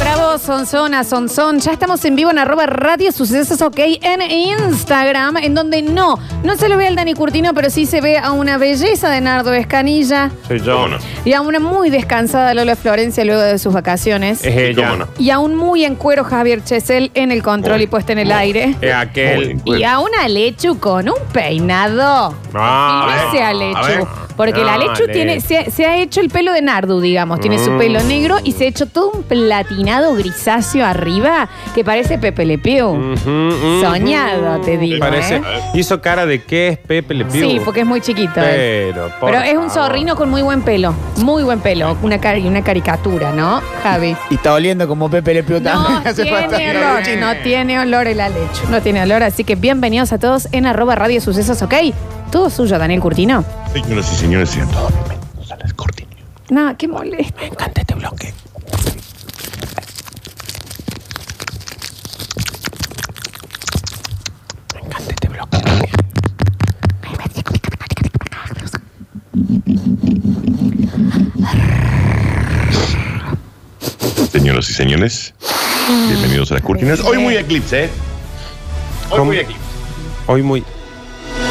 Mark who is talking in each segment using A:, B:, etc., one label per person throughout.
A: Bravo, Sonsona, Sonson. Ya estamos en vivo en arroba Radio Sucesos OK en Instagram, en donde no, no se lo ve al Dani Curtino, pero sí se ve a una belleza de Nardo Escanilla
B: Soy yo.
C: ¿Cómo no?
A: y a una muy descansada Lola Florencia luego de sus vacaciones.
B: Es ella.
C: ¿Cómo no?
A: Y a un muy en cuero Javier Chesel en el control y puesta en el aire.
B: Es
C: Muy
B: aquel.
C: bien.
A: Y a una Lechu con un peinado.
B: Ah, a ver,
A: Fíjense a
B: a ver.
A: Lechu. Porque la
B: Ah,
A: Lechu
B: Lechu.
A: tiene, se, se ha hecho el pelo de Nardu, digamos. Tiene su
B: Mm.
A: pelo negro y se ha hecho todo un platinado grisáceo arriba que parece Pepe Le Pew.
B: Ujú, ujú.
A: Soñado, te digo.
B: Parece.
A: ¿eh?
B: Hizo cara de qué es Pepe Le Pew.
A: Sí, porque es muy chiquito. él.
B: Pero, por
A: Pero es un
B: favor.
A: zorrino con muy buen pelo. Muy buen pelo. Una, cari- una caricatura, ¿no, Javi?
D: Y está oliendo como Pepe Le Pew
A: No
D: también. hace
A: tiene
D: bastante.
A: olor, no tiene olor el alecho. No tiene olor, así que bienvenidos a todos en arroba Radio Sucesos, ¿ok? Todo suyo, Daniel Curtino.
C: Señoras y señores, sean todos bienvenidos a las cortinas.
A: No, qué molesto.
C: Me encanta este bloque. Me encanta este bloque. Señoras y señores, bienvenidos a las cortinas. Hoy muy eclipse, ¿eh? Hoy
B: ¿Cómo?
C: muy eclipse.
B: Hoy muy.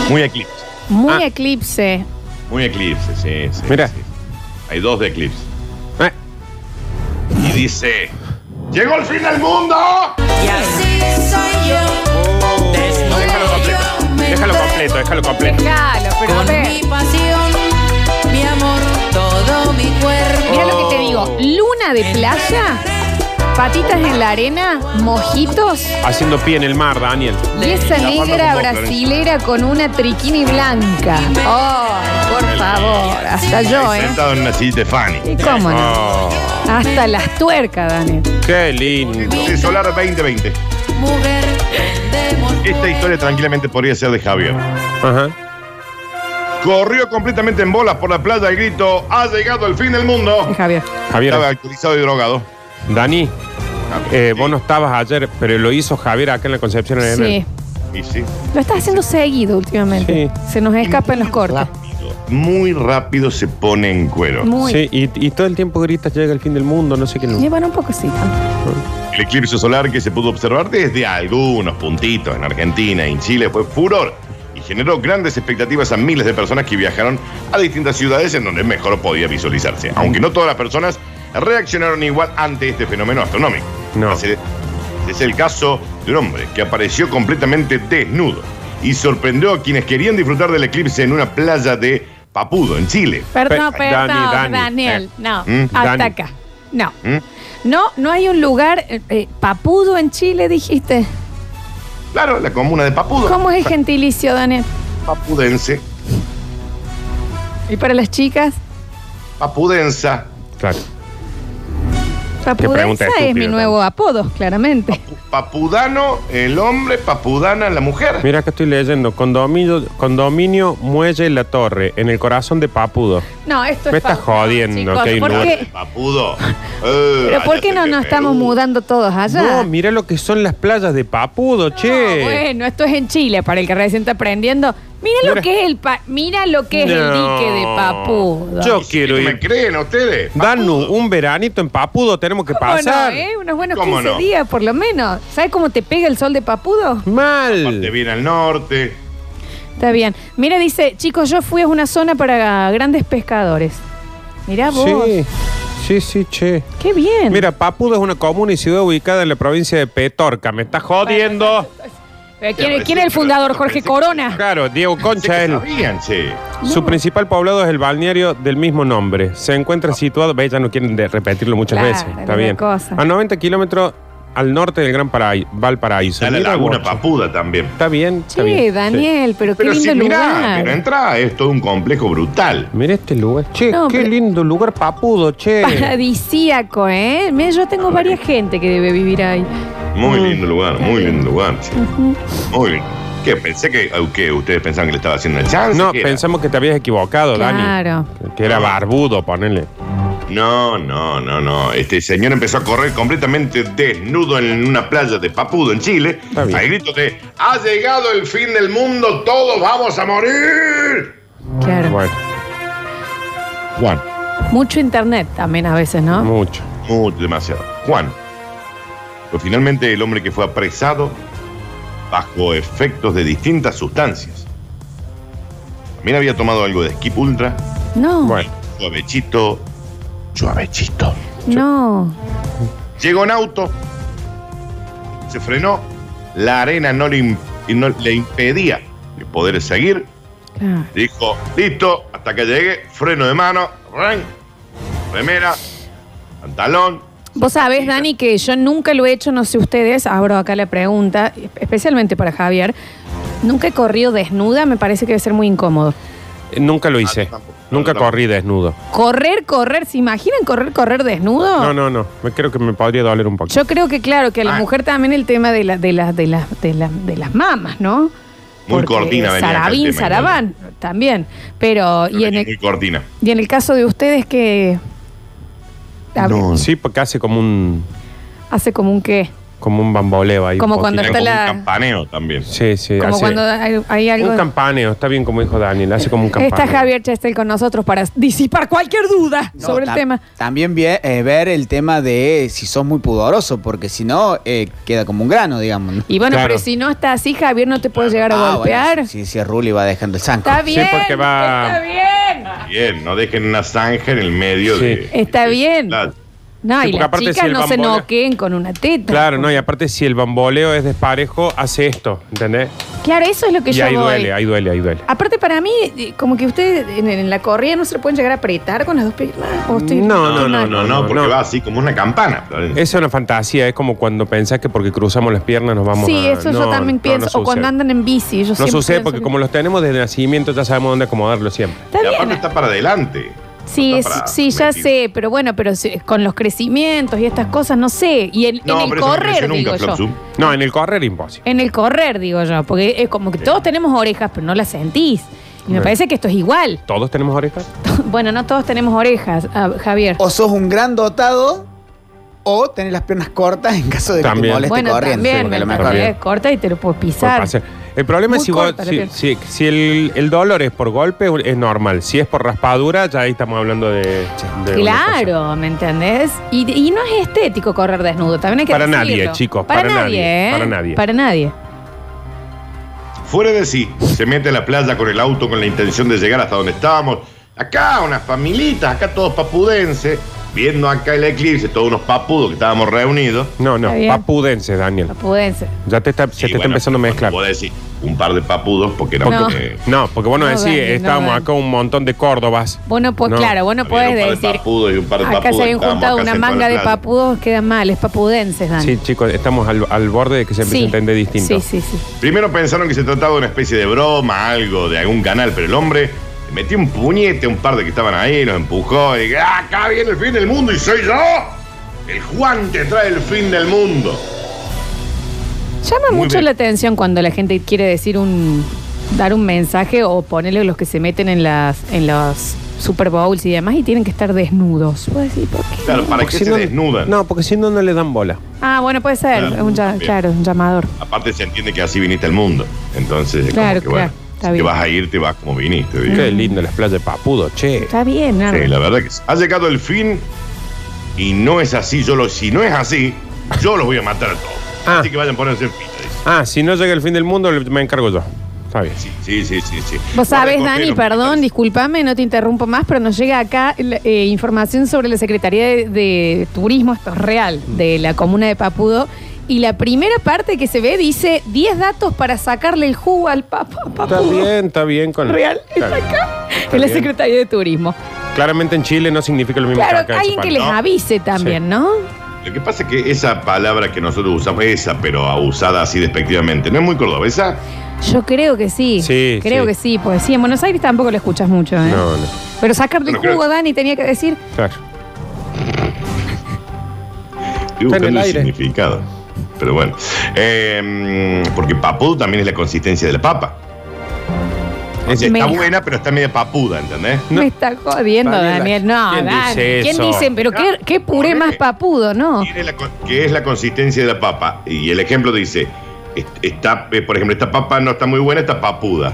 C: Muy eclipse.
A: Muy
B: Ah.
A: eclipse.
C: Muy eclipse, sí, sí.
B: Mira.
C: sí. Hay dos de eclipse.
B: Eh,
C: Y dice: ¡Llegó el fin del mundo!
B: Déjalo completo. Déjalo completo, déjalo completo.
A: Claro, pero a
E: Con
A: ver.
E: mi pasión, mi amor, todo mi cuerpo.
A: Mira lo que te digo. Luna de playa, patitas en la arena, mojitos.
B: Haciendo pie en el mar, Daniel.
A: Y esa
C: La
A: negra
C: banda con vos,
A: brasilera con una triquini blanca. Oh, por favor. Hasta yo,
C: Ahí
A: ¿eh?
C: Sentado en una silla de Fanny.
A: ¿Y cómo no?
B: Oh,
A: Hasta las tuercas, Daniel.
B: qué lindo.
C: Sí, Solar 2020.
E: Mujer de morbo.
C: Esta historia tranquilamente podría ser de Javier.
B: Ajá.
C: Corrió completamente en bolas por la playa al grito: ¡Ha llegado el fin del mundo!
A: Javier.
C: Estaba
B: Javier,
C: alcoholizado y drogado.
B: Dani, eh,
C: Sí,
B: vos no estabas ayer, pero lo hizo Javier acá en la Concepción.
A: Sí.
C: y sí.
A: Lo estás haciendo seguido últimamente. Se nos escapan los cortes.
C: Muy rápido se pone en cuero.
A: Muy.
B: Sí, y, y todo el tiempo gritas, llega el fin del mundo, no sé qué.
A: Llevan un poquito.
C: El eclipse solar que se pudo observar desde algunos puntitos en Argentina y en Chile fue furor y generó grandes expectativas a miles de personas que viajaron a distintas ciudades en donde mejor podía visualizarse, aunque no todas las personas reaccionaron igual ante este fenómeno astronómico.
B: No.
C: Así- Es el caso de un hombre que apareció completamente desnudo y sorprendió a quienes querían disfrutar del eclipse en una playa de Papudo, en Chile.
A: Perdón,
B: Pe-
A: perdón,
B: Dani, Dani.
A: Daniel.
B: Eh.
A: No,
C: Mm,
A: hasta
B: Dani.
A: acá. No.
C: ¿Mm?
A: No, no hay un lugar eh, eh, papudo en Chile, dijiste.
C: Claro, la comuna de Papudo,
A: ¿Cómo es el gentilicio, Daniel?
C: papudense,
A: ¿Y para las chicas?
C: papudensa,
B: Claro. pregunta
A: Papudensa es mi
B: estúpida,
A: nuevo apodo, claramente.
C: Papudano, el hombre, papudana, la mujer.
B: Mira que estoy leyendo, condominio, condominio Muelle La Torre, en el corazón de Papudo.
A: No, esto
B: Me
A: es
B: estás
A: falso,
B: jodiendo
A: chicos,
B: que hay un
A: ¿por
B: lugar-
A: qué?
C: Papudo. Eh,
A: ¿Pero por qué no nos estamos mudando todos allá?
B: No, mira lo que son las playas de Papudo, che.
A: No, bueno, esto es en Chile, para el que recién está aprendiendo. Mira lo
B: Mira.
A: que es el pa- mira lo que es el
B: No.
A: dique de papudo.
B: Yo quiero
C: Quiero ¿Me
B: ir.
C: creen a ustedes?
B: Danu, un veranito en Papudo tenemos que
A: ¿Cómo
B: pasar.
A: no, eh? Unos buenos
C: ¿Cómo
A: 15
C: no?
A: días, por lo menos. ¿Sabes cómo te pega el sol de papudo?
C: Te
B: Mal.
C: viene al norte.
A: Está bien. Mira, dice, chicos, yo fui a una zona para grandes pescadores. Mirá vos.
B: Sí, sí, sí, che.
A: Qué bien.
B: Mira, Papudo es una comuna y ciudad ubicada en la provincia de Petorca. Me estás jodiendo.
A: Eh, ¿Quién, quién es el fundador? Jorge Corona.
B: Claro, Diego
C: Sé
B: Concha
C: que
B: es él.
C: sabían, che.
B: Su principal poblado es el balneario del mismo nombre. Se encuentra situado, ve, ya no quieren de- repetirlo muchas
A: Ah. Claro,
B: veces,
A: era
B: está
A: una
B: bien.
A: cosa.
B: A 90 kilómetros al norte del Gran Paraí- Valparaíso.
C: Está la
B: Mira,
C: laguna
B: guacho.
C: papuda también.
B: Está bien,
A: Che,
B: está bien.
A: Daniel, pero qué
C: Pero si
A: lindo
C: mirá,
A: lugar.
C: pero entra, es todo un complejo brutal.
B: Mira este lugar. Che,
A: No,
B: qué
A: pero-
B: lindo lugar papudo, che.
A: Paradisíaco, ¿eh? Mira, yo tengo varias gente que debe vivir ahí.
C: Muy lindo lugar, muy lindo lugar, che. Muy lindo. ¿Qué? Pensé que. au, ¿Qué? ¿Ustedes pensaban que le estaba haciendo el chance?
B: No,
C: ¿Qué era?
B: pensamos que te habías equivocado,
A: Claro.
B: Dani. Que era barbudo, ponele.
C: No, no, no, no. Este señor empezó a correr completamente desnudo en una playa de Papudo, en Chile.
B: Está bien.
C: Hay gritos de: ¡Ha llegado el fin del mundo! ¡Todos vamos a morir!
A: Claro.
B: Bueno,
C: Juan.
A: Mucho internet también a veces, ¿no?
B: mucho.
C: Mucho, demasiado. Juan. Pues finalmente el hombre que fue apresado bajo efectos de distintas sustancias. También había tomado algo de Skip Ultra,
A: No,
B: Bueno,
C: suavechito, suavechito.
A: no.
C: Llegó en auto, se frenó, la arena no le, im- no le impedía de poder seguir.
A: Claro.
C: Dijo, listo, hasta que llegue, freno de mano, ran, remera, pantalón.
A: Vos sabés, Dani, que yo nunca lo he hecho, no sé ustedes, abro acá la pregunta, especialmente para Javier. Nunca he corrido desnuda, me parece que debe ser muy incómodo.
B: eh, nunca lo hice.
C: yo Ah, tampoco.
B: Nunca
C: Yo tampoco.
B: corrí desnudo.
A: Correr, correr, ¿se imaginan correr, correr desnudo?
B: No, no, no. Me creo que me podría doler un poco.
A: Yo creo que, claro, que a la
C: Ah.
A: mujer también el tema de, la- de, las de, las de, las de las mamas, ¿no?
C: Muy
A: Porque
C: cortina venía acá el
A: Sarabín,
C: tema,
A: Sarabán, también. Pero, y en,
C: Venía
A: el,
C: Muy cortina.
A: y en el caso de ustedes, que
B: Sí, porque hace como un
A: hace como un qué.
B: como un bamboleo ahí.
A: Como
B: un
A: cuando
C: Era
B: poquito.
A: está
C: como
A: la-
C: un campaneo también.
B: Sí, sí.
A: Como
B: hace
A: cuando hay, hay algo.
B: un campaneo, está bien como dijo Daniel, hace como un campaneo.
A: Está Javier Chestel con nosotros para disipar cualquier duda
D: No,
A: sobre el
D: tam-
A: tema.
D: También vie- eh, ver el tema de si sos muy pudoroso, porque si no, eh, queda como un grano, digamos. ¿no?
A: Y bueno,
B: Claro.
A: pero si no está así, Javier no te puede llegar a
D: Ah,
A: golpear.
D: bueno, si, si es Ruli va dejando el zanco.
A: Está bien.
B: porque va-
A: Está bien.
C: Bien, no dejen una zanja en el medio
B: Sí.
C: de.
A: Está
C: de-
A: bien.
C: la-
A: No,
B: Sí,
A: y
B: porque
A: las
B: aparte
A: chicas
B: si el
A: no se
B: bamboleo-
A: noqueen con una teta.
B: Claro, no, y aparte si el bamboleo es desparejo, hace esto, ¿entendés?
A: Claro, eso es lo que
B: y
A: yo
B: ahí
A: voy.
B: duele, ahí duele, ahí duele.
A: Aparte, para mí, eh, como que ustedes en, en la corrida no se le pueden llegar a apretar con las dos piernas. ¿O estoy-
B: No,
C: No, no, no, no, porque
B: no.
C: va así como una campana. Florencia.
B: Es una fantasía, es como cuando pensás que porque cruzamos las piernas nos vamos
A: Sí,
B: a...
A: eso
B: no,
A: yo también
B: no,
A: pienso.
B: no
A: o cuando
B: sucede.
A: andan en bici. Yo
B: No
A: siempre
B: sucede
A: pienso
B: porque
A: que-
B: como los tenemos desde nacimiento ya sabemos dónde acomodarlo siempre.
A: Está
C: Y
A: bien.
C: aparte está para adelante.
A: Sí,
C: No
A: es-
C: está para
A: sí, ya
C: mentir.
A: sé, pero bueno, pero sí, con los crecimientos y estas cosas, no sé. Y el-
C: No,
A: en el
C: pero eso no crece
A: correr,
C: nunca,
A: digo yo.
C: Flopsu.
B: No, en el correr imposible.
A: En el correr, digo yo, porque es como que todos tenemos orejas, pero no las sentís. Y me
B: Bien.
A: parece que esto es igual.
B: ¿Todos tenemos orejas?
A: bueno, no todos tenemos orejas, ah, Javier.
D: O sos un gran dotado, o tenés las piernas cortas en caso de que
B: También.
D: te moleste
A: bueno,
D: corriendo.
A: también,
D: porque a lo
A: me
D: mejor-
A: parece que corta y te lo puedes
B: Por
A: pisar.
B: pasar. El problema
A: Muy
B: es si,
A: corta
B: vos-
A: la
B: si-
A: pierna.
B: si- si el, el dolor es por golpe, es normal. Si es por raspadura, ya ahí estamos hablando de. de una cosa.
A: Claro, ¿me entendés? Y, y no es estético correr desnudo, también hay que
B: Para
A: decirlo.
B: nadie, chicos,
A: Para,
B: para
A: nadie,
B: nadie,
A: ¿eh?
B: para nadie.
A: Para nadie.
C: Fuera de sí, se mete a la playa con el auto con la intención de llegar hasta donde estábamos. Acá, unas familitas, acá todos papudenses, viendo acá el eclipse, todos unos papudos que estábamos reunidos.
B: No, no,
A: Está bien.
B: papudense, Daniel.
A: Papudense.
B: Ya te está, se
C: Sí,
B: te está
C: bueno,
B: empezando a mezclar.
C: Vos decís, un par de papudos, porque era
A: No.
C: eh,
B: No, porque vos no,
A: No,
B: decís,
A: Dani, no,
B: estábamos
A: Dani.
B: acá un montón de Córdobas.
A: Bueno, pues
B: No,
A: claro, bueno,
C: había
A: puedes
C: un par de
A: decir.
C: papudos y un par de
A: acá
C: papudas,
A: se habían
C: estábamos
A: juntado
C: acá
A: una
C: sentados en
A: manga
C: la
A: de
C: playa.
A: papudos, quedan mal, es papudenses, Dani.
B: Sí, chicos, estamos al, al borde de que se empiece a entender distinto.
A: Sí, sí, sí.
C: Primero pensaron que se trataba de una especie de broma, algo de algún canal, pero el hombre le metió un puñete a un par de que estaban ahí, los empujó y "Ah, acá viene el fin del mundo y soy yo. El Juan te trae el fin del mundo.
A: Llama
C: Muy
A: mucho
C: bien.
A: la atención cuando la gente quiere decir un. dar un mensaje o ponerle los que se meten en las. en los Super Bowls y demás y tienen que estar desnudos. Vos decís, ¿por qué?
C: Claro, ¿para
B: Porque
C: qué se
B: no-
C: desnudan?
B: No, porque si no, no le dan bola.
A: Ah, bueno, puede ser.
C: Claro,
A: Claro, un, lla-
C: también.
A: claro, un llamador.
C: Aparte se entiende que así viniste al mundo. Entonces, es
A: Claro,
C: como que,
A: claro,
C: bueno,
A: está
C: si te
A: bien.
C: vas a ir, te vas como viniste. digo.
B: Qué lindo las playas de Papudo, che.
A: Está bien, Nardo.
C: Sí, la verdad que sí. Ha llegado el fin y no es así. Yo lo, si no es así, yo los voy a matar a todos.
B: Ah.
C: Así que vayan a ponerse en fila. dice.
B: Ah, si no llega el fin del mundo, le- me encargo yo. Está bien.
C: Sí, sí, sí, sí. sí.
A: Vos sabés,
C: Guarda,
A: Dani,
C: cogieron,
A: perdón,
C: militares.
A: discúlpame, no te interrumpo más, pero nos llega acá la, eh, información sobre la Secretaría de, de Turismo, esto es real,
B: Mm.
A: de la comuna de Papudo. Y la primera parte que se ve dice 10 datos para sacarle el jugo al papa.
B: Está bien, está bien con
A: Real, está
B: Claro.
A: acá, en la
B: bien.
A: Secretaría de Turismo.
B: Claramente en Chile no significa lo mismo
A: Claro,
B: que acá. en
A: alguien que
B: Chapala.
A: les
C: ¿no?
A: avise también, ¿no?
C: Lo que pasa es que esa palabra que nosotros usamos, esa, pero usada así despectivamente, no es muy cordobesa.
A: Yo creo que sí.
B: Sí,
A: creo
B: sí.
A: que sí, pues sí, en Buenos Aires tampoco lo escuchas mucho, ¿eh?
B: No, no.
A: Pero sacarle el
C: Bueno, creo-
A: jugo, Dani, tenía que decir.
B: Claro.
C: Estoy
B: Está en
C: buscando
B: el
C: el
B: aire.
C: significado. Pero bueno. Eh, porque papudo también es la consistencia de la papa. O sea,
A: Me-
C: está buena, pero está media papuda, ¿entendés?
B: No.
A: Me está jodiendo,
B: Daniela,
A: Daniel. No,
B: ¿quién
A: Dani.
B: dice
A: ¿Quién
B: eso?
A: dicen? Pero qué, qué puré
C: Ponele.
A: más papudo, ¿no?
C: Tiene la con- que es la consistencia de la papa. Y el ejemplo dice, est- está, eh, por ejemplo, esta papa no está muy buena, está papuda.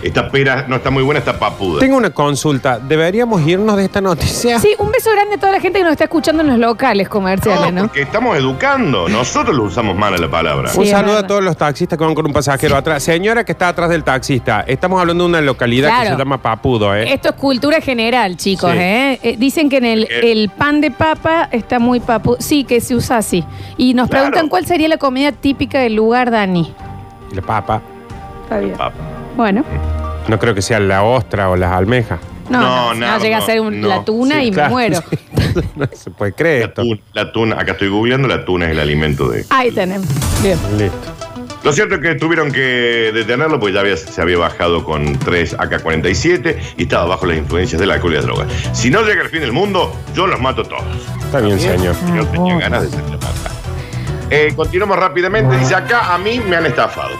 C: Esta pera no está muy buena, está papuda.
B: Tengo una consulta. ¿Deberíamos irnos de esta noticia?
A: Sí, un beso grande a toda la gente que nos está escuchando en los locales comerciales,
B: Oh,
C: No,
A: ¿no?
C: porque estamos educando. Nosotros lo usamos mal a la palabra.
A: Sí.
B: Un
A: es
B: saludo
A: verdad.
B: a todos los taxistas que van con un pasajero atrás. Señora que está atrás del taxista, estamos hablando de una localidad que
A: Claro.
B: se llama Papudo, ¿eh?
A: Esto es cultura general, chicos,
B: Sí.
A: ¿eh? Eh, Dicen que en el,
C: Eh.
A: el pan de papa está muy papu. Sí, que se usa así. Y nos
C: Claro.
A: preguntan cuál sería la comida típica del lugar, Dani.
B: La papa.
A: Está bien.
C: Papa.
A: Bueno,
B: No creo que sea la ostra o las almejas.
A: no, no,
C: No,
A: no,
C: nada,
A: llega a
C: no,
A: ser un-
C: no.
A: la tuna
B: Sí,
A: y
B: claro.
A: me muero.
B: no se puede creer
C: La
B: esto.
C: tuna, la tuna- acá estoy googleando, la tuna es el alimento de...
A: Ahí tenemos. Bien.
B: Listo.
C: Lo cierto es que tuvieron que detenerlo porque ya había- se había bajado con 3 AK-47 y estaba bajo las influencias del alcohol y las drogas. Si no llega el fin del mundo, yo los mato todos.
B: Está bien, señor.
C: Yo tenía ganas de ser la papa. Eh, continuamos rápidamente. Dice, acá a mí me han estafado.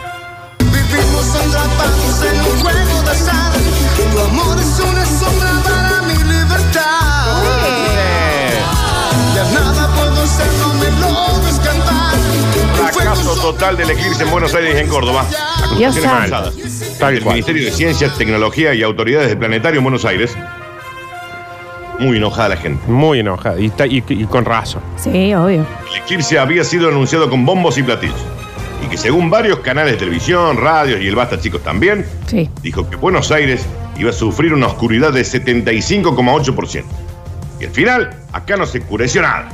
F: Vivimos atrapados en un juego de azar. Tu amor es una sombra para mi libertad. Ya nada puedo hacer, no me logres cantar. Un fuego
C: Fracaso
F: sobre
C: total del eclipse en Buenos Aires y en Córdoba.
A: Dios
C: Acusaciones
A: santo.
C: avanzadas.
B: Tal
C: el
B: cual.
C: Ministerio de Ciencia, Tecnología y autoridades del Planetario en Buenos Aires. Muy enojada la gente.
B: Muy enojada. Y, está- y- y con razón.
A: Sí, obvio.
C: El eclipse había sido anunciado con bombos y platillos. Y que según varios canales de televisión, radios y el Basta Chicos también,
A: Sí.
C: dijo que Buenos Aires iba a sufrir una oscuridad de 75,8%. Y al final, acá no se oscureció nada,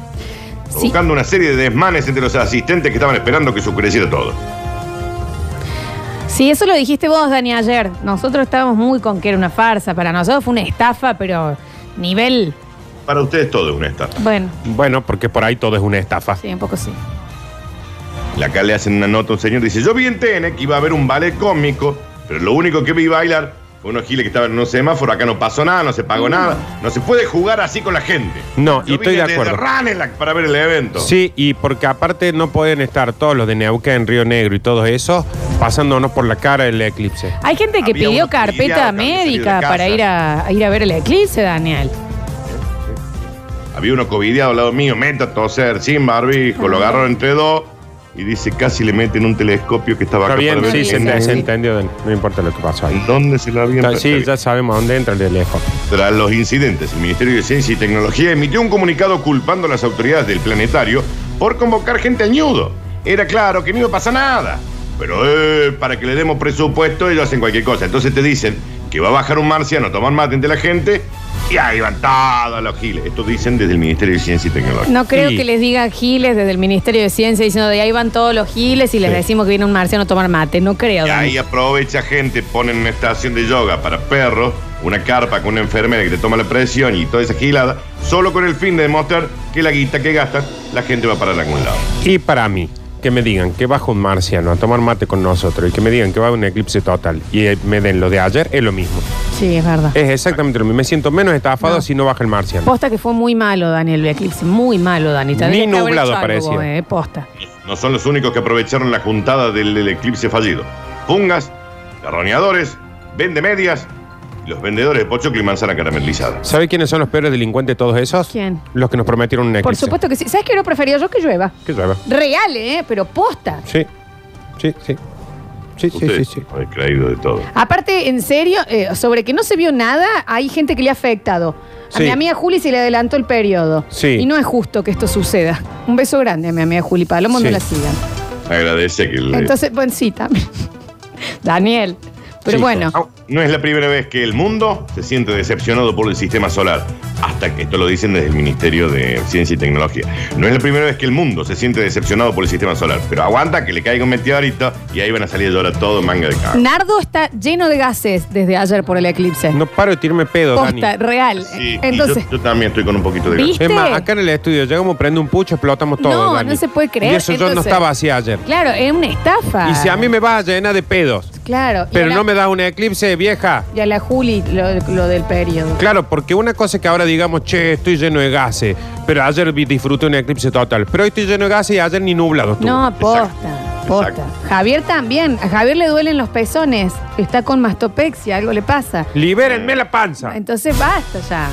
A: Sí.
C: provocando una serie de desmanes entre los asistentes que estaban esperando que se oscureciera todo.
A: Sí, eso lo dijiste vos, Dani, ayer. Nosotros estábamos muy con que era una farsa. Para nosotros fue una estafa, pero nivel.
C: Para ustedes todo es una estafa.
A: Bueno,
B: Bueno, porque por ahí todo es una estafa.
A: sí, un poco sí.
C: La acá le hacen una nota a un señor, dice, yo vi en TN que iba a haber un ballet cómico, pero lo único que vi bailar fue unos giles que estaban en un semáforo, acá no pasó nada, no se pagó nada, no se puede jugar así con la gente.
B: Mm. No, y
C: Yo
B: estoy
C: vine
B: de
C: desde
B: acuerdo.
C: Ranelagh para ver el evento.
B: Sí, y porque aparte no pueden estar todos los de Neuquén, Río Negro y todos esos pasándonos por la cara el eclipse.
A: Hay gente que
C: Había
A: pidió
C: uno que quería
A: carpeta
C: cambiar de salir de
A: médica
C: casa.
A: para ir a, a ir a ver el eclipse, Daniel.
C: Había uno covidiado al lado mío, meta a toser, sin barbijo,
B: Ah.
C: lo agarró entre dos y dice casi le meten un telescopio que estaba
B: Está
C: acá
B: bien,
C: para
B: sí,
C: ver
B: se,
C: en
B: ent-
A: sí.
B: se entendió. No importa lo que pasó ahí.
C: dónde se lo habían
B: Está- Sí, ya sabemos a dónde entra el de lejos.
C: Tras los incidentes, el Ministerio de Ciencia y Tecnología emitió un comunicado culpando a las autoridades del planetario por convocar gente al ñudo. Era claro que no iba a pasar nada. Pero eh, para que le demos presupuesto, ellos hacen cualquier cosa. Entonces te dicen que va a bajar un marciano a tomar mate entre la gente y ahí van todos los giles. Esto dicen desde el Ministerio de Ciencia y Tecnología.
A: No creo
B: Sí.
A: que les digan giles desde el Ministerio de Ciencia diciendo de ahí van todos los giles y les
B: Sí.
A: decimos que viene un marciano a tomar mate. No creo.
C: Y ahí
A: Dani.
C: aprovecha gente, ponen una estación de yoga para perros, una carpa con una enfermera que te toma la presión y toda esa gilada, solo con el fin de demostrar que la guita que gastan, la gente va para algún lado.
B: Y para mí, que me digan que baja un marciano a tomar mate con nosotros y que me digan que va a haber un eclipse total y eh, me den lo de ayer, es lo mismo.
A: Sí, es verdad.
B: Es exactamente lo mismo. Me siento menos estafado
A: No.
B: si no baja el marciano.
A: Posta que fue muy malo, Daniel, el eclipse. Muy malo, Dani. Tendría
B: Ni
A: que haber
B: nublado
A: hecho algo,
B: parecía.
A: eh, posta.
C: No son los únicos que aprovecharon la juntada del, del eclipse fallido. Pungas, carroneadores, vende medias y los vendedores de pochoclo y manzana caramelizada.
B: ¿Sabe quiénes son los peores delincuentes de todos esos?
A: ¿Quién?
B: Los que nos prometieron un eclipse.
A: Por supuesto que sí. ¿Sabes qué hubiera preferido yo que llueva?
B: Que llueva.
A: Real, ¿eh? Pero posta.
B: Sí, sí, sí. Sí, sí, sí,
C: Ustedes
B: sí.
C: han creído de todo.
A: Aparte, en serio, eh, sobre que no se vio nada, hay gente que le ha afectado. A
B: Sí.
A: mi amiga Juli se le adelantó el periodo.
B: Sí.
A: Y no es justo que esto suceda. Un beso grande a mi amiga Juli Palomo, no
B: Sí.
A: la sigan.
C: Agradece que... le-
A: Entonces, bueno, sí, también. Daniel. Pero
B: Sí.
A: bueno,
C: Au, No es la primera vez que el mundo se siente decepcionado por el sistema solar. Hasta que esto lo dicen desde el Ministerio de Ciencia y Tecnología. No es la primera vez que el mundo se siente decepcionado por el sistema solar. Pero aguanta que le caiga un meteorito y ahí van a salir a llorar todo manga de cago.
A: Nardo está lleno de gases desde ayer por el eclipse.
B: No paro de tirarme pedo, Dani.
A: Posta, real. Eh,
C: Sí, y
A: Entonces,
C: yo, yo también estoy con un poquito de...
A: ¿Viste?
B: Es más, acá en el estudio llegamos, prende un pucho, explotamos todo.
A: No,
B: Dani.
A: no se puede creer,
B: Y eso yo no
A: entonces-
B: estaba así ayer.
A: claro, es una estafa.
B: Y si a mí me va a llenar de pedos,
A: Claro. y
B: Pero
A: a la-
B: no me da un eclipse, vieja.
A: Y a la Juli lo, lo del periodo.
B: Claro, porque una cosa es que ahora digamos, che, estoy lleno de gases, pero ayer vi- disfruté un eclipse total. Pero hoy estoy lleno de gases y ayer ni nublado estuvo.
A: No, posta,
C: Exacto,
A: posta.
C: exacto.
A: Javier también. A Javier le duelen los pezones. Está con mastopexia, algo le pasa.
B: Libérenme la panza.
A: Entonces basta ya.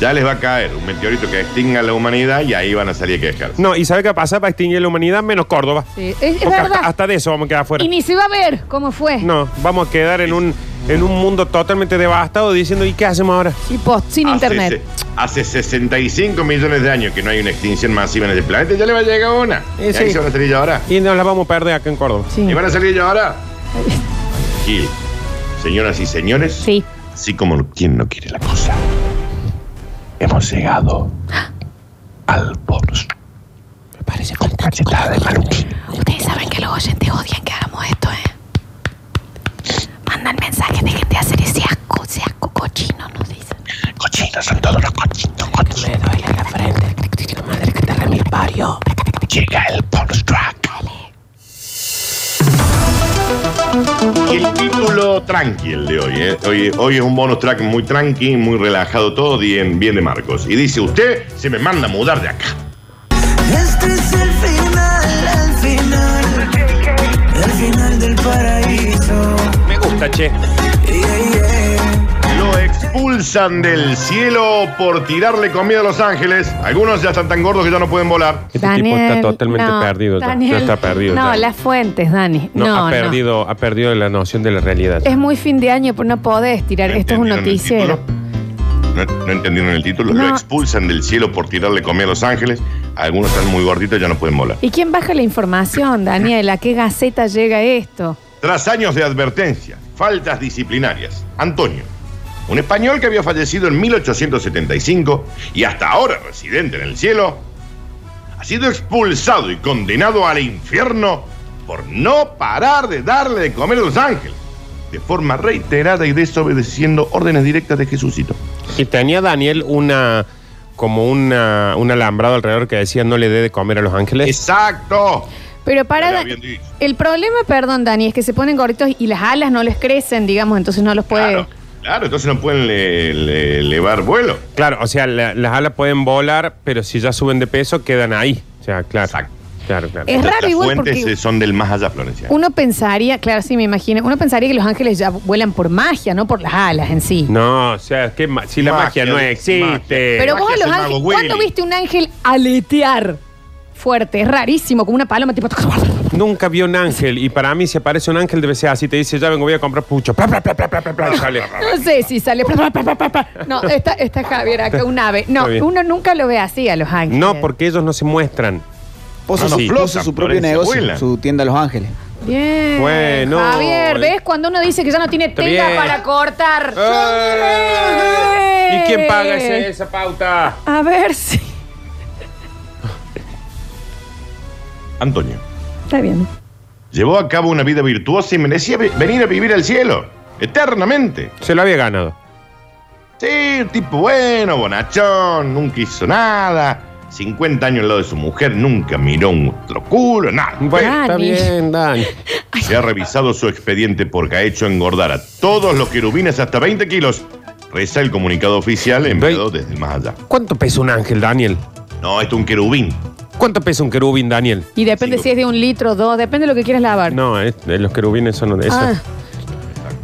C: Ya les va a caer un meteorito que extinga a la humanidad y ahí van a salir a quejarse.
B: No, ¿y sabe qué pasa? Va a extinguir la humanidad menos Córdoba.
A: Sí, es- es
B: Porque
A: verdad.
B: Hasta, hasta de eso vamos a quedar fuera.
A: Y ni se va a ver cómo fue.
B: No, vamos a quedar en un, en un mundo totalmente devastado diciendo, ¿y qué hacemos ahora?
A: Y post, sin
B: Ah,
C: Hace
A: internet.
C: se- Hace 65 millones de años que no hay una extinción masiva en este planeta, ya le va a llegar una.
B: Y
C: Y ahí
B: sí.
C: se van a salir ya ahora.
B: Y nos la vamos a perder acá en Córdoba.
A: Sí.
C: ¿Y van a salir ya ahora? Tranquilo. Señoras y señores,
A: Sí.
C: así como quien no quiere la cosa, hemos llegado al bonus.
A: Me parece Ustedes saben que los oyentes odian que hagamos esto, ¿eh? Mandan mensajes de gente hacer ese asco, ese asco cochino, nos dicen.
C: Cochinos, son todos los cochinos, cochinos.
A: Me duele la frente. Tu madre que te remil pario.
B: Este
C: Llega el bonus track. Y el título tranqui el de hoy, ¿eh? hoy. Hoy es un bonus track muy tranqui, muy relajado, todo bien, bien de Marcos. Y dice, usted se me manda a mudar de acá.
F: Este es el final, el final, el final del paraíso.
B: Me gusta, che.
C: Lo expulsan del cielo por tirarle comida a los ángeles. Algunos ya están tan gordos que ya no pueden volar.
B: Este tipo está totalmente perdido. ya.
A: Daniel,
B: Ya está perdido.
A: No,
B: ya.
A: las fuentes, Dani. No, no,
B: No,
A: Eh.
B: ha, perdido, ha perdido la noción de la realidad.
A: Es muy fin de año, pero no podés tirar.
C: ¿No
A: Esto es un
C: entendieron el
A: noticiero.
C: título? ¿No, no entendieron el título?
A: No.
C: Lo expulsan del cielo por tirarle comida a los ángeles. Algunos están muy gorditos y ya no pueden volar.
A: ¿Y quién baja la información, Daniel? ¿A qué gaceta llega esto?
C: Tras años de advertencia, faltas disciplinarias, Antonio, un español que había fallecido en 1875 y hasta ahora residente en el cielo, ha sido expulsado y condenado al infierno por no parar de darle de comer a los ángeles, de forma reiterada y desobedeciendo órdenes directas de Jesucito.
B: Y tenía Daniel una como una, un alambrado alrededor que decía no le dé de comer a los ángeles.
C: ¡Exacto!
A: Pero para.
C: Ya
A: Da-
C: habían dicho.
A: El problema, perdón, Dani, es que se ponen gorditos y las alas no les crecen, digamos, entonces no los puede.
C: Claro, claro, entonces no pueden le- le- elevar vuelo.
B: Claro, o sea, la- las alas pueden volar, pero si ya suben de peso quedan ahí. O sea, claro.
C: Exacto.
B: Claro, claro.
A: Es raro
C: Las
A: igual
C: fuentes
A: porque-
C: eh, son del más allá, Florencia.
A: Uno pensaría, claro, sí, me imagino, uno pensaría que los ángeles ya vuelan por magia, no por las alas en sí.
B: No, o sea, que ma- si la magia,
C: Magia,
B: no
C: dice,
B: existe.
C: magia.
A: Pero vos a
C: Eh, magia
A: los
C: es el mago
A: ángeles, ¿cuándo
C: Willy.
A: viste un ángel aletear fuerte? Es rarísimo, como una paloma tipo.
B: Nunca vi un ángel y para mí si aparece un ángel debe ser así, te dice, ya vengo, voy a comprar pucho. Pla, pla, pla, pla, pla, pla, pla, y sale.
A: No sé si sale. No, está, está Javier acá, un ave. No,
B: Está bien.
A: uno nunca lo ve así a los ángeles.
B: No, porque ellos no se muestran.
D: Puso,
C: Ah, No, no,
D: su-
C: flotan,
D: puso su propio
C: Florencia,
D: negocio,
C: vuelan.
D: su tienda Los Ángeles.
A: Bien.
B: Bueno.
A: Javier, ¿ves? Cuando uno dice que ya no tiene
B: Está
A: tela
B: bien.
A: para cortar.
B: ¡Eh! ¿Y quién paga ese- esa pauta?
A: A ver si.
C: Antonio.
A: Está bien.
C: Llevó a cabo una vida virtuosa y merecía vi- venir a vivir al cielo, eternamente.
B: Se lo había ganado.
C: Sí, un tipo bueno, bonachón, nunca hizo nada. 50 años al lado de su mujer, nunca miró un otro culo, nada.
B: Bueno, está
A: Dani.
B: bien, Dani.
C: Se ha revisado su expediente porque ha hecho engordar a todos los querubines hasta 20 kilos. Reza el comunicado oficial enviado desde el más allá.
B: ¿Cuánto pesa un ángel, Daniel?
C: No, esto es un querubín.
B: ¿Cuánto pesa un querubín, Daniel?
A: Y depende
C: Sí.
A: si es de un litro o dos, depende de lo que quieras lavar.
B: No, es- eh, los querubines son de
A: Ah,
B: esas.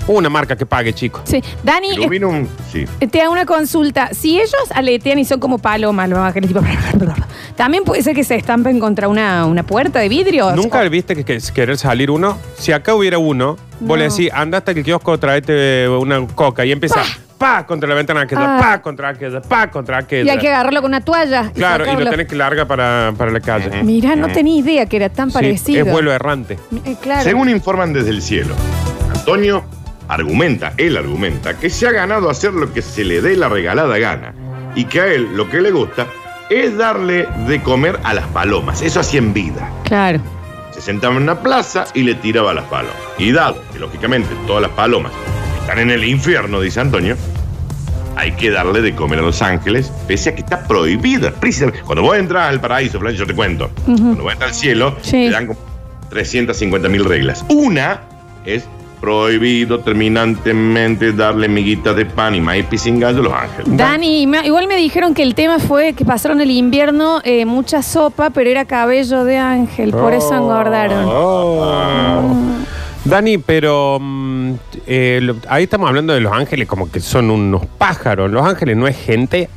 B: Una marca que pague, chico.
A: sí. Dani,
C: Querubín, sí.
A: eh, te hago una consulta. Si ellos aletean y son como palomas, los ángeles, tipo. También puede ser que se estampen contra una, una puerta de vidrio.
B: ¿Nunca
A: O-
B: viste que, que es querer salir uno? Si acá hubiera uno, vos le
A: No.
B: decís, anda hasta el kiosco, traete una coca y empieza pa, contra la ventana aquella,
A: Ah.
B: pa contra aquella, pa contra aquella.
A: Y hay que agarrarlo con una toalla.
B: claro, y lo
A: sacarlo.
B: tenés que largar para, para la calle.
A: Mirá, no tenía idea que era tan
B: Sí,
A: parecido.
B: es vuelo errante.
A: Eh, claro.
C: Según informan desde el cielo, Antonio argumenta, él argumenta, que se ha ganado hacer lo que se le dé la regalada gana y que a él lo que le gusta es darle de comer a las palomas. Eso hacía en vida.
A: Claro.
C: Se sentaba en una plaza y le tiraba a las palomas. Y dado que lógicamente todas las palomas están en el infierno, dice Antonio, hay que darle de comer a los ángeles, pese a que está prohibida. Prisa- Cuando vos entras al paraíso, Florencia, yo te cuento, cuando vos entras al cielo,
A: Sí.
C: te dan como 350.000 reglas. Una es prohibido terminantemente darle miguitas de pan y maíz sin gallo a los ángeles.
A: Dani, me- igual me dijeron que el tema fue que pasaron el invierno eh, mucha sopa, pero era cabello de ángel, por eso engordaron.
B: Oh. Dani, pero mm, eh, lo- ahí estamos hablando de los ángeles como que son unos pájaros. Los ángeles no es gente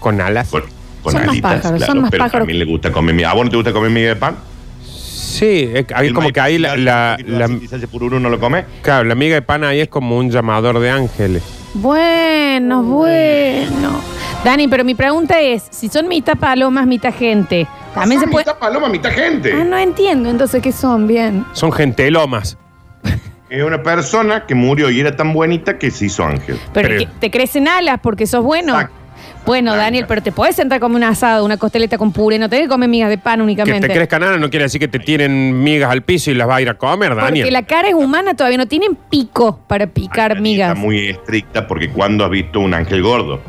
B: con alas.
C: Con, con
A: Son más
C: alitas,
A: pájaros, son
C: claro,
A: más
C: pero
A: pájaros.
C: también le gusta comer miga. ¿A vos no te gusta comer miga de pan?
B: sí, es que ahí
C: El
B: como
C: maíz
B: que ahí la,
C: sin
B: la,
C: gallo,
B: la-
C: un poquito así, quizás de pururú no lo come.
B: claro, la miga de pan ahí es como un llamador de ángeles.
A: Bueno, bueno. Dani, pero mi pregunta es, si son mitad palomas, mitad gente, también se
C: Son
A: puede...
C: Ah, Mitad paloma, mitad gente.
A: Ah, no entiendo, entonces, ¿qué son? Bien.
B: Son gentelomas.
C: Es una persona que murió y era tan buenita que se hizo ángel.
A: Pero,
B: Pero-
A: que te crecen alas porque sos bueno.
C: Exacto.
A: Bueno,
C: Claro,
A: Daniel,
C: claro.
A: pero te puedes sentar como un asado, una costeleta con puré, no tenés que comer migas de pan
B: Que
A: únicamente.
B: te crezcan alas no quiere decir que te tienen migas al piso y las va a ir a comer,
A: porque
B: Daniel.
A: la cara es humana, todavía no tienen pico para picar
C: Una dieta
A: migas.
C: muy estricta porque cuando has visto un ángel gordo.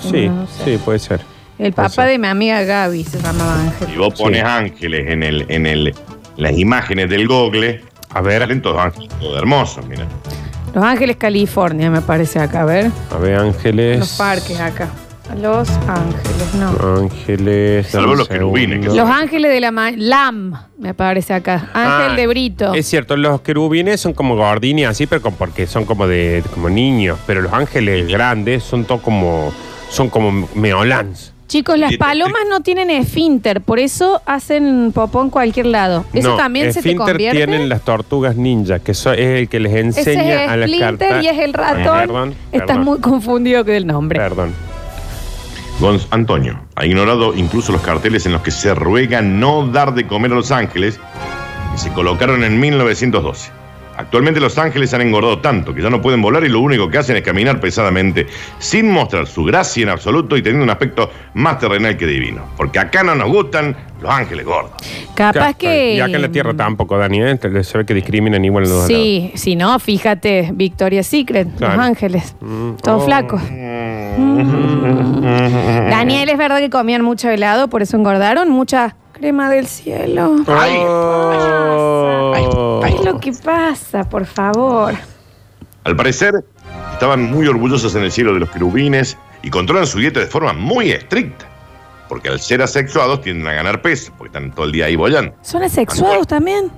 B: Sí,
A: No sé.
B: sí, puede ser.
A: El papá de mi amiga Gaby se llamaba Ángel.
C: Y vos
B: Sí.
C: pones ángeles en el, en el, las imágenes del Google.
B: A ver.
C: Salen todos ángeles, todos hermosos, mira.
A: Los Ángeles, California, me parece acá, a ver.
B: A ver, ángeles.
A: Los parques ah. acá. Los Ángeles, no.
B: Ángeles.
C: Salvo
B: dame un
C: los querubines, que
B: segundo.
A: Los Ángeles de la Ma- LAM, me parece acá. Ángel
B: Ah,
A: de Brito.
B: Es cierto, los querubines son como gordines así, pero con- porque son como de como niños, pero los ángeles grandes son todo como son como meolans.
A: Chicos, las
C: Y-
A: palomas no tienen esfínter, por eso hacen popó en cualquier lado. Eso
B: No,
A: también se te
B: esfínter
A: convierte.
B: tienen las tortugas ninja, que so- es el que les
A: Ese
B: enseña
A: es
B: a las
A: Splinter
B: cartas. Ah,
A: y es el ratón.
B: Perdón,
A: Estás
B: perdón,
A: muy confundido que del nombre.
B: Perdón.
C: Gonz Antonio ha ignorado incluso los carteles en los que se ruega no dar de comer a Los Ángeles, que se colocaron en 1912. Actualmente Los Ángeles han engordado tanto que ya no pueden volar y lo único que hacen es caminar pesadamente, sin mostrar su gracia en absoluto y teniendo un aspecto más terrenal que divino. Porque acá no nos gustan los ángeles gordos.
A: Capaz
B: Acá-
A: que.
B: Y acá en la Tierra tampoco, Daniel. Se ve que discriminan igual en los dos lados.
A: Sí, si no, fíjate, Victoria's Secret,
B: Claro.
A: Los Ángeles.
B: Mm,
A: Todos
B: oh.
A: flacos. Daniel, es verdad que comían mucho helado, por eso engordaron mucha crema del cielo.
C: Ay.
B: Oh.
A: ¿Qué es lo que pasa, por favor?
C: Al parecer, estaban muy orgullosos en el cielo de los querubines y controlan su dieta de forma muy estricta. Porque al ser asexuados tienden a ganar peso, porque están todo el día ahí bollando.
A: ¿Son asexuados también?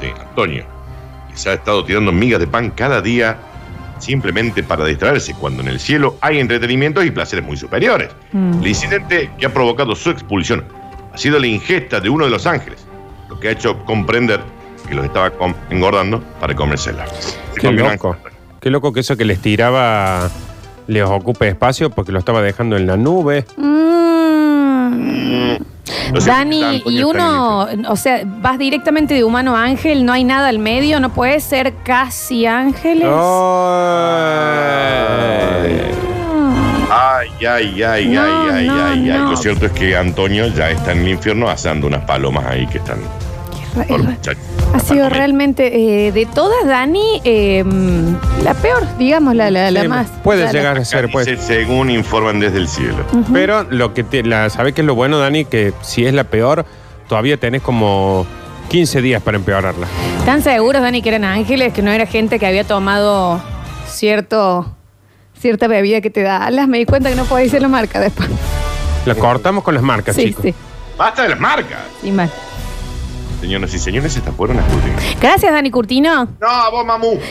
C: Sí, Antonio. que se ha estado tirando migas de pan cada día simplemente para distraerse, cuando en el cielo hay entretenimientos y placeres muy superiores.
A: Mm.
C: El incidente que ha provocado su expulsión ha sido la ingesta de uno de los ángeles, lo que ha hecho comprender que los estaba com- engordando para comérsela. Se
B: Qué
C: comió un
B: loco.
C: ángel.
B: Qué loco que eso que les tiraba les ocupe espacio porque lo estaba dejando en la nube.
A: Mm.
C: No sé,
A: Dani,
C: Antonio
A: y
C: está
A: uno, o sea, vas directamente de humano a ángel, no hay nada al medio, no puede ser casi ángeles.
B: Ay.
C: Ay, ay, ay,
A: No,
C: ay, ay,
A: no,
C: ay, ay.
A: no.
C: Lo cierto es que Antonio ya está en el infierno asando unas palomas ahí que están.
A: Re-
C: todos los muchachos.
A: Ha sido
C: Comer.
A: realmente, eh, de todas, Dani, eh, la peor, digamos, la, la, la
B: Sí,
A: más.
B: Puede
A: la- la-
B: llegar a
C: Acá
B: ser, pues.
C: dice, según informan desde el cielo.
B: Pero lo que te, la, ¿sabes qué es lo bueno, Dani? Que si es la peor, todavía tenés como 15 días para empeorarla.
A: ¿Están seguros, Dani, que eran ángeles? Que no era gente que había tomado cierto cierta bebida que te da alas. Me di cuenta que no podía decir la marca después.
B: La cortamos con las marcas,
A: Sí,
B: chicos.
A: sí,
C: ¡Basta de las marcas!
A: y mal.
C: Señoras y señores, estas fueron las últimas.
A: Gracias, Dani Curtino.
C: ¡No, vos, mamú!